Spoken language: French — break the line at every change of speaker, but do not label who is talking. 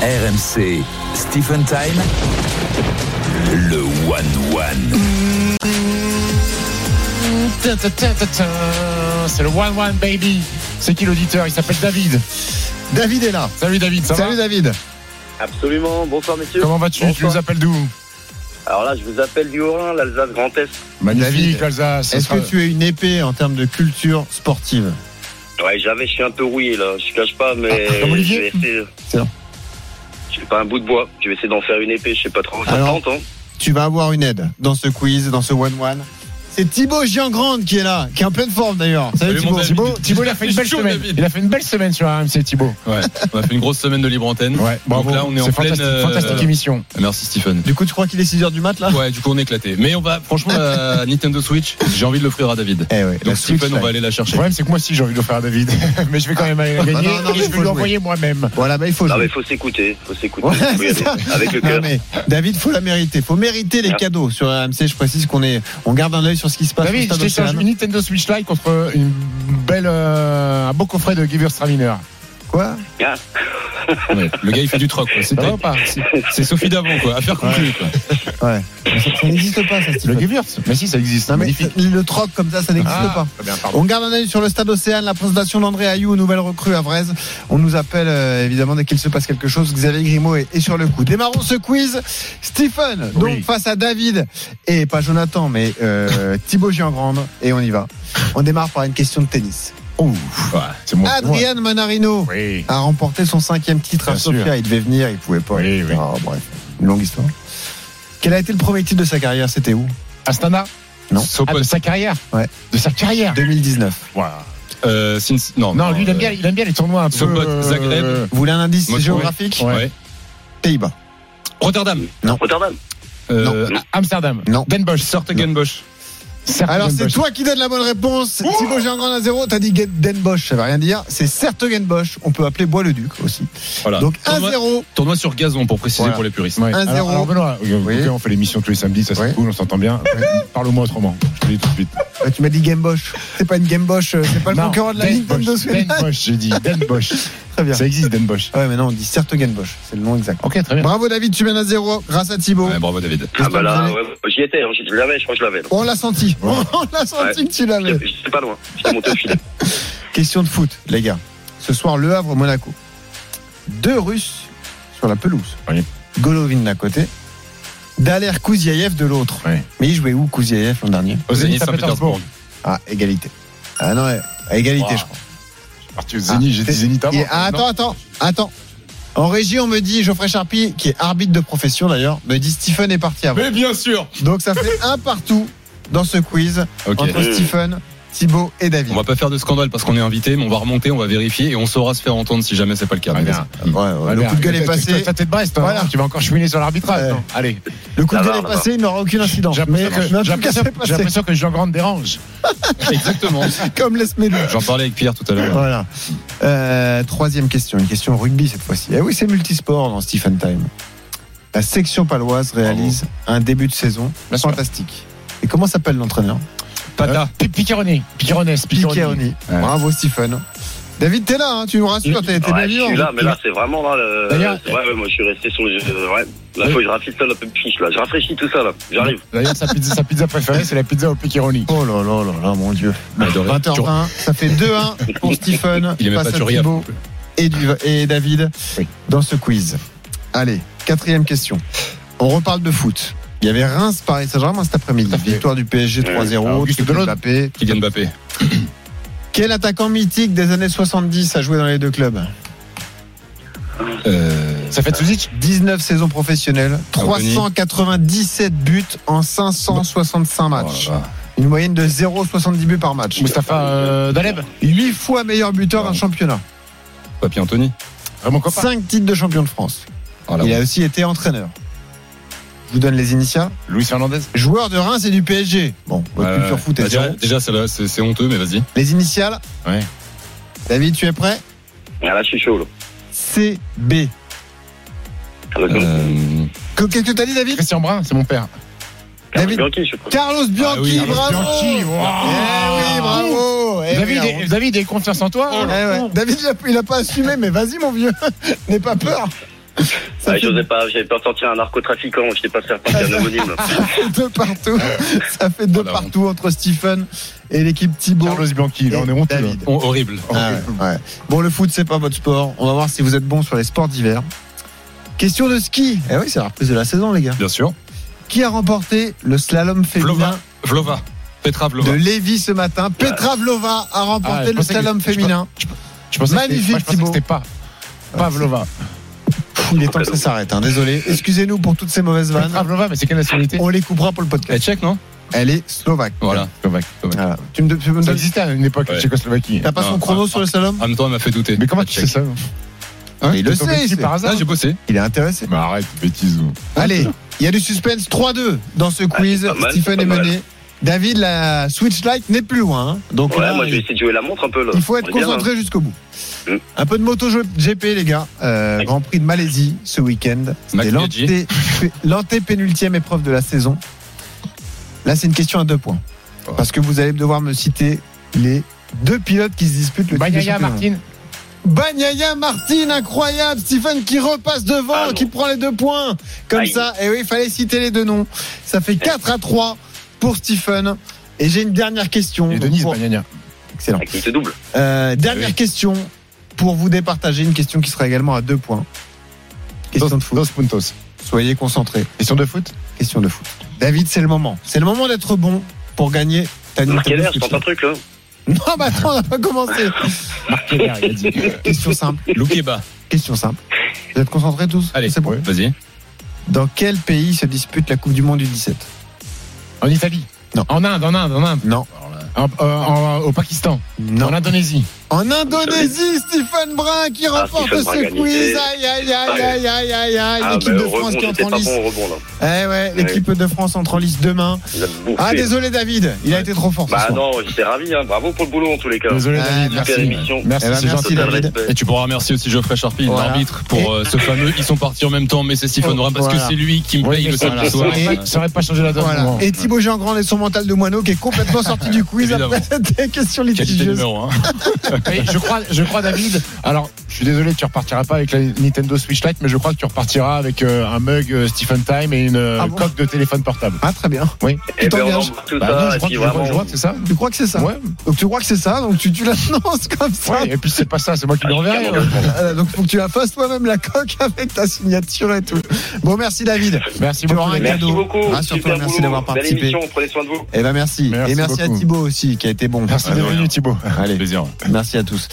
RMC, Stephen Time, le One One.
C'est le One One Baby. C'est qui l'auditeur Il s'appelle David.
David est là.
Salut David, ça
Salut
va
David.
Absolument. Bonsoir messieurs.
Comment vas-tu Tu
Bonsoir.
nous appelles d'où
Alors là, je vous appelle du Haut-Rhin, l'Alsace Grand Est.
Magnifique
David,
Alsace.
Est-ce que tu es une épée en termes de culture sportive
Ouais, j'avais, je suis un peu rouillé là, je cache pas, mais
Ah, comme
je
Olivier
vais essayer.
Tiens.
J'ai pas un bout de bois, je vais essayer d'en faire une épée, je sais pas trop, ça
Alors.
tente, hein.
Tu vas avoir une aide dans ce quiz, dans ce one-one. C'est Thibaut Giangrande qui est là, qui est en pleine forme d'ailleurs. Salut, Thibaut.
Thibaut, Thibaut, il a fait une belle
Chaud,
semaine.
David.
Il a fait une belle semaine sur AMC Thibaut.
Ouais, on a fait une grosse semaine de libre antenne.
Ouais, bravo.
Donc là, on est en
C'est
pleine,
fantastique,
euh,
fantastique émission.
Merci Stephen.
Du coup, tu crois qu'il est 6h du mat là
Ouais, du coup, on est éclaté. Mais on va, franchement, la Nintendo Switch, j'ai envie de l'offrir à David.
Eh ouais, la
Donc Stephen,
Switch,
on
là.
va aller la
Le
chercher.
problème, c'est que moi aussi, j'ai envie de le faire à David. mais je vais quand même aller la gagner.
Non, non,
et
mais
je vais
faut
lui envoyer moi-même.
Voilà, bah, il faut
Non
jouer.
mais faut s'écouter, faut s'écouter.
Ouais,
Faut y
c'est
aller.
ça.
Avec le
Non,
cœur.
mais David, faut la mériter. Faut mériter les
Ah.
cadeaux sur AMC. Je précise qu'on est, on garde un œil sur ce qui se passe.
David,
au
je
stade
t'échange
Océane.
une Nintendo Switch Lite contre une belle, euh, un beau coffret de Giver Straminer.
Quoi
Ah,
Ouais, Le gars, il fait du troc, quoi. C'est,
Ça va ou pas
c'est- c'est Sophie d'avant, quoi. Affaire conclue, quoi.
Ouais. Ça, ça n'existe pas, ça. Stephen.
Le Giver Mais si, ça existe.
Non, mais
Magnifique.
le troc comme ça, ça n'existe
Ah,
pas.
très bien, pardon.
On garde un œil sur le stade Océane, la présentation d'André Ayou, nouvelle recrue à Vraise. On nous appelle euh, évidemment dès qu'il se passe quelque chose. Xavier Grimaud est, est sur le coup. Démarrons ce quiz. Stephen, donc
Oui.
face à David, et pas Jonathan, mais euh, Thibaut Giangrande. Et on y va. On démarre par une question de tennis.
Ouf. Ouais, c'est moi.
Adrian Manarino
Oui.
a remporté son cinquième titre à
Bien sûr.
Sofia. Il devait venir, il pouvait pas.
Oui,
etc. Bref, une longue histoire. Quel a été le premier titre de sa carrière C'était où
Astana
Non.
Ah, de sa carrière
Ouais.
De sa carrière
2019.
Voilà.
Euh, since- non,
Non, lui, il aime,
euh,
bien, il aime bien les tournois un peu.
Sopot,
euh,
Zagreb.
Vous voulez un indice
Moscou,
géographique
ouais.
ouais.
Pays-Bas.
Rotterdam.
Rotterdam.
Euh,
Ah, Amsterdam.
Non.
Den Bosch.
Sortegen Bosch.
Certes,
Alors
Den
c'est
Bosch.
toi qui donne la bonne réponse. Thibaut Giangrande à zéro. T'as dit Get- Den Bosch, ça veut rien dire. C'est certes Gen Bosch. On peut appeler Bois le Duc aussi.
Ah.
Voilà.
Donc
tournoi,
1-0.
tournoi sur gazon, pour préciser
Voilà.
pour les puristes.
Ouais.
1-0.
Alors, alors, Benoît, euh,
Oui.
écoutez, on fait l'émission tous les samedis, ça c'est
Oui.
cool, on s'entend bien. Parle-moi autrement, je te le dis tout de suite.
Bah, tu m'as dit Game Bosch. C'est pas une Game Bosch. euh, C'est pas le
Non,
concurrent de la
Den
Nintendo
Bosch,
Switch.
Den Bosch, j'ai dit. Den Bosch.
Très bien.
Ça existe, Den Bosch.
Ouais, mais non, on dit certes Gen Bosch. C'est le nom exact.
Ok, très bien.
Bravo David, tu mènes à zéro grâce à Thibaut.
Ouais, bravo, David.
Ah bah
Christophe
là,
Delaney.
ouais, j'y étais, hein, je je l'avais, je crois que je l'avais. là.
On l'a senti. On l'a senti que tu l'avais.
J'étais j'étais pas loin, j'étais monté au filet.
Question de foot, les gars. Ce soir, Le Havre, Monaco. Deux Russes sur la pelouse.
Oui.
Golovin d'un côté. Daler Kouziaev de l'autre.
Oui.
Mais il jouait où Kouziaev l'an dernier
Au Zénith
Zénith
Saint-Pétersbourg.
Saint-Pétersbourg.
Ah, égalité. Ah non, ouais, à égalité,
Ouah.
je crois.
Parti au Zénith, j'ai dit Zénith avant.
Et- ah, attends,
Non.
attends, attends. En régie, on me dit, Geoffrey Charpie, qui est arbitre de profession d'ailleurs, me dit Stephen est parti avant.
Mais bien sûr.
Donc ça fait un partout dans ce quiz
Ok.
entre
Mmh.
Stephen, Thibaut et David.
On va pas faire de scandale parce qu'on est invité, mais on va remonter, on va vérifier et on saura se faire entendre si jamais c'est pas le cas.
Ah,
Mais
bien.
vas-y.
Ouais, ouais,
Ah,
le
bien,
coup de gueule est
toi, toi,
passé.
toi, t'es de Brest, hein.
Voilà.
tu vas encore cheminer sur l'arbitrage.
Ouais.
non Allez.
Le coup de
Ça
gueule
va,
est
ça va.
passé, il n'aura aucune incidence.
J'ai
Mais,
l'impression que-
mais en
j'ai
tout cas,
l'impression-
c'est
j'ai
passé.
l'impression que Jean Grande dérange.
Exactement.
Comme laisse mes
J'en parlais avec Pierre tout à l'heure.
Voilà. Euh, troisième question, une question rugby cette fois-ci. Eh oui, c'est multisport dans Stephen Time. La section paloise réalise un début de saison
Bien sûr.
fantastique. Et comment s'appelle l'entraîneur
Pata.
Pi- Picaroni. Picaronès. Picaroni.
Piqueroni.
Ouais.
Bravo Stephen. David, t'es là, hein, tu nous rassures, t'es t'es bien
Ouais, je suis
vivant.
là, mais là c'est vraiment là. le-
D'ailleurs-
Ouais, ouais, moi je suis resté sur le. euh, Ouais. Là faut que je rafraîchisse ça, la peu fiche là. Je rafraîchis tout ça là. J'arrive.
D'ailleurs, sa pizza, sa pizza préférée, c'est la pizza au Picaroni.
Oh là là là là, mon Dieu.
Adoré.
20h20, ça fait 2-1 pour Stephen.
Il est même
face à
pas Turia.
Thibaut et, du- et David
Oui.
dans ce quiz. Allez, quatrième question. On reparle de foot. Il y avait Reims Paris Saint-Germain cet après-midi.
Tout à fait. Euh,
Victoire du PSG
Alors,
3-0,
Auguste
triplé de
Delon.
Mbappé.
Kylian Mbappé.
Quel attaquant mythique des années 70 a joué dans les deux clubs
Euh,
Ça fait Tsuzic
19 saisons professionnelles,
Anthony.
397 buts en 565 matchs.
oh là là.
Une moyenne de 0,70 buts par match.
Mustapha euh, Daleb
8 fois meilleur buteur d'un championnat.
Papy Anthony.
Ah, Mon copain
5 titres de champion de France.
Oh là,
Il
ouais.
a aussi été entraîneur. Je vous donne les initiales.
Luis Fernandez
Joueur de Reims et du PSG. Bon, votre
Ouais,
culture
ouais.
foot est
Bah, déjà,
zéro.
déjà, ça, là, c'est c'est honteux, mais vas-y.
Les initiales
Ouais.
David, tu es prêt
Ah, là je suis chaud là. Ah, bah,
CB.
Avec
Euh,
Que- Qu'est-ce que t'as dit, David
Christian Brun, c'est mon père.
David-
Bianchi, je crois.
Carlos Bianchi,
Ah oui, Carlos
bravo
Bianchi, wow.
Eh oui, bravo Eh
David,
oui,
est- David est confiance en toi
Oh.
Eh ouais. David, il a- il a pas assumé, mais vas-y, mon vieux, n'aie pas peur. Ça
Ah,
fait
j'osais pas, j'avais peur de sortir un narcotrafiquant, je n'étais pas certain qu'il y a un homonyme.
Ah, deux partout. Ça fait deux
Voilà.
partout entre Stephen et l'équipe Thibault.
Carlos Bianchi, là, on est honteux. là.
David.
Hon- Horrible.
Ah ouais, ouais. Bon, le foot, c'est pas votre sport. On va voir si vous êtes bon sur les sports d'hiver. Question de ski. Eh oui, c'est la reprise de la saison, les gars.
Bien sûr.
Qui a remporté le slalom féminin
Vlova. Vlova. Petra
de
Vlova.
Lévis ce matin Petra Vlova a
Ah,
remporté
je
le
pensais que-
slalom
je pense-
féminin.
hein. Je pensais que c'était-
Magnifique,
moi, je pensais que
Thibaut. Ah,
c'était pas. Pavlova.
Pff, il est temps que ça s'arrête, hein, désolé. Excusez-nous pour toutes ces mauvaises vannes.
Pavlova, mais c'est quelle nationalité
On les coupera pour le
Elle
podcast.
tchèque, non
Elle est slovaque.
Voilà.
Slovaque.
Voilà. Tu me, tu me
Ça
donnes-
existait à une époque,
Ouais.
la Tchécoslovaquie.
T'as pas son
Non,
chrono
non.
sur le slalom
En même temps, Ah, elle m'a fait douter.
Mais comment
La
tu sais
Tchèque.
ça Hein
Mais il le
T'es tombé
sait,
dessus
c'est-
par
Ah,
hasard
j'ai bossé.
Il est intéressé.
Mais arrête, bêtise.
Allez, il y a du suspense 3-2 dans ce quiz.
pas mal,
Stephen
Ah, c'est
est
pas mal.
mené. David, la Switch Lite n'est plus loin. hein. Donc
Ouais,
là,
moi je vais
il
essayer de jouer la montre un peu là.
il faut être
On est bien, hein.
concentré jusqu'au bout.
Mm.
Un peu de moto GP, les gars. Euh,
Oui.
Grand Prix de Malaisie ce week-end. C'était
Macchiaggi.
l'anté- l'antépénultième épreuve de la saison. Là, c'est une question à deux points.
Ouais.
Parce que vous allez devoir me citer les deux pilotes qui se disputent le titre de
Bagnaia,
championnat.
Martine.
Banyaya Martin, incroyable. Stephen qui repasse devant,
Ah non.
qui prend les deux points. Comme
Aïe. Eh.
ça, et oui, il fallait citer les deux noms. Ça fait 4 à 3 pour Stephen. Et j'ai une dernière question.
Et
Donc,
Denise bah,
pour-
Bagnaia.
Excellent.
Avec te double.
Euh, dernière
Ah oui.
question pour vous départager, une question qui sera également à deux points. Question de foot.
Dos Puntos.
Soyez concentrés.
Question de foot
Question de foot. David, c'est le moment. C'est le moment d'être bon pour gagner ta
Marc
Nintendo
Keller, je
Switch.
tente un truc là.
Non, bah attends, on n'a pas commencé.
Martiner, il a dit.
question simple.
Loukeba.
Question simple. Vous êtes concentrés tous
Allez.
C'est bon.
Vas-y.
Dans quel pays se dispute la Coupe du Monde du 17
En Italie
Non.
En Inde, en Inde, en Inde.
Non.
Alors là,
En- euh, en- au Pakistan. En
Non.
Indonésie.
En Indonésie, Stephen Brun qui
Ah,
remporte
Stephen Brun a
ce
gagné.
quiz. Aïe, aïe, aïe, aïe, aïe, aïe, aïe.
Ah,
L'équipe
bah,
de
au
France qui entre
rebond,
en
j'étais pas
lice.
bon au rebond là.
Eh ouais, l'équipe de France entre en lice demain.
Il a bouffé.
Ah, désolé David, il a été trop fort. ce
Bah
soir.
non, j'étais ravi, hein. bravo pour le boulot en tous les cas.
Désolé,
Ah,
David.
merci.
Super émission.
Merci,
Eh ben,
c'est
merci,
gentil.
David.
Et tu pourras remercier aussi Geoffrey Sharpie,
Voilà.
l'arbitre, pour euh, ce fameux. Ils sont partis en même temps, mais c'est Stephen
Oh,
Brun parce
voilà.
que c'est lui qui me
Ouais,
paye
mais
le
ça,
samedi
ça
soir.
aurait pas- ça aurait pas changé la donne.
Voilà.
bon.
Et Thibaut Jean-Grand et son mental de moineau qui est complètement sorti du quiz
Évidemment.
après cette question
Qualité
litigieuse.
numéro 1.
Et je crois, je crois David. Alors, je suis désolé, tu repartiras pas avec la Nintendo Switch Lite, mais je crois que tu repartiras avec euh, un mug euh, Stephen Time et une euh,
Ah bon
coque de téléphone portable.
Ah, très bien.
Et ben on
t'engages.
embrasse tout
Bah non,
ça,
je crois
et
que je crois-
puis
je
vraiment.
crois que c'est ça.
Tu crois que c'est ça
Ouais,
Donc tu crois que c'est ça Donc tu, tu l'annonces comme ça
ouais. Et puis c'est pas ça, c'est moi qui
Ah,
lui
je suis
enverrai.
un engagement.
Voilà, Donc faut que tu la fasses toi-même la coque avec ta signature et tout. Bon, merci David.
Merci
Tu
beaucoup.
auras un
les gars.
Merci
cadeau.
beaucoup.
Ah, surtout,
super
merci
boulot.
d'avoir participé.
Belle émission, prenez soin de vous.
Eh ben merci.
Merci
et merci à
beaucoup.
Thibaut aussi qui a été bon.
Merci
Voilà.
d'être venu, Thibaut.
Allez,
Plaisir.
merci à tous.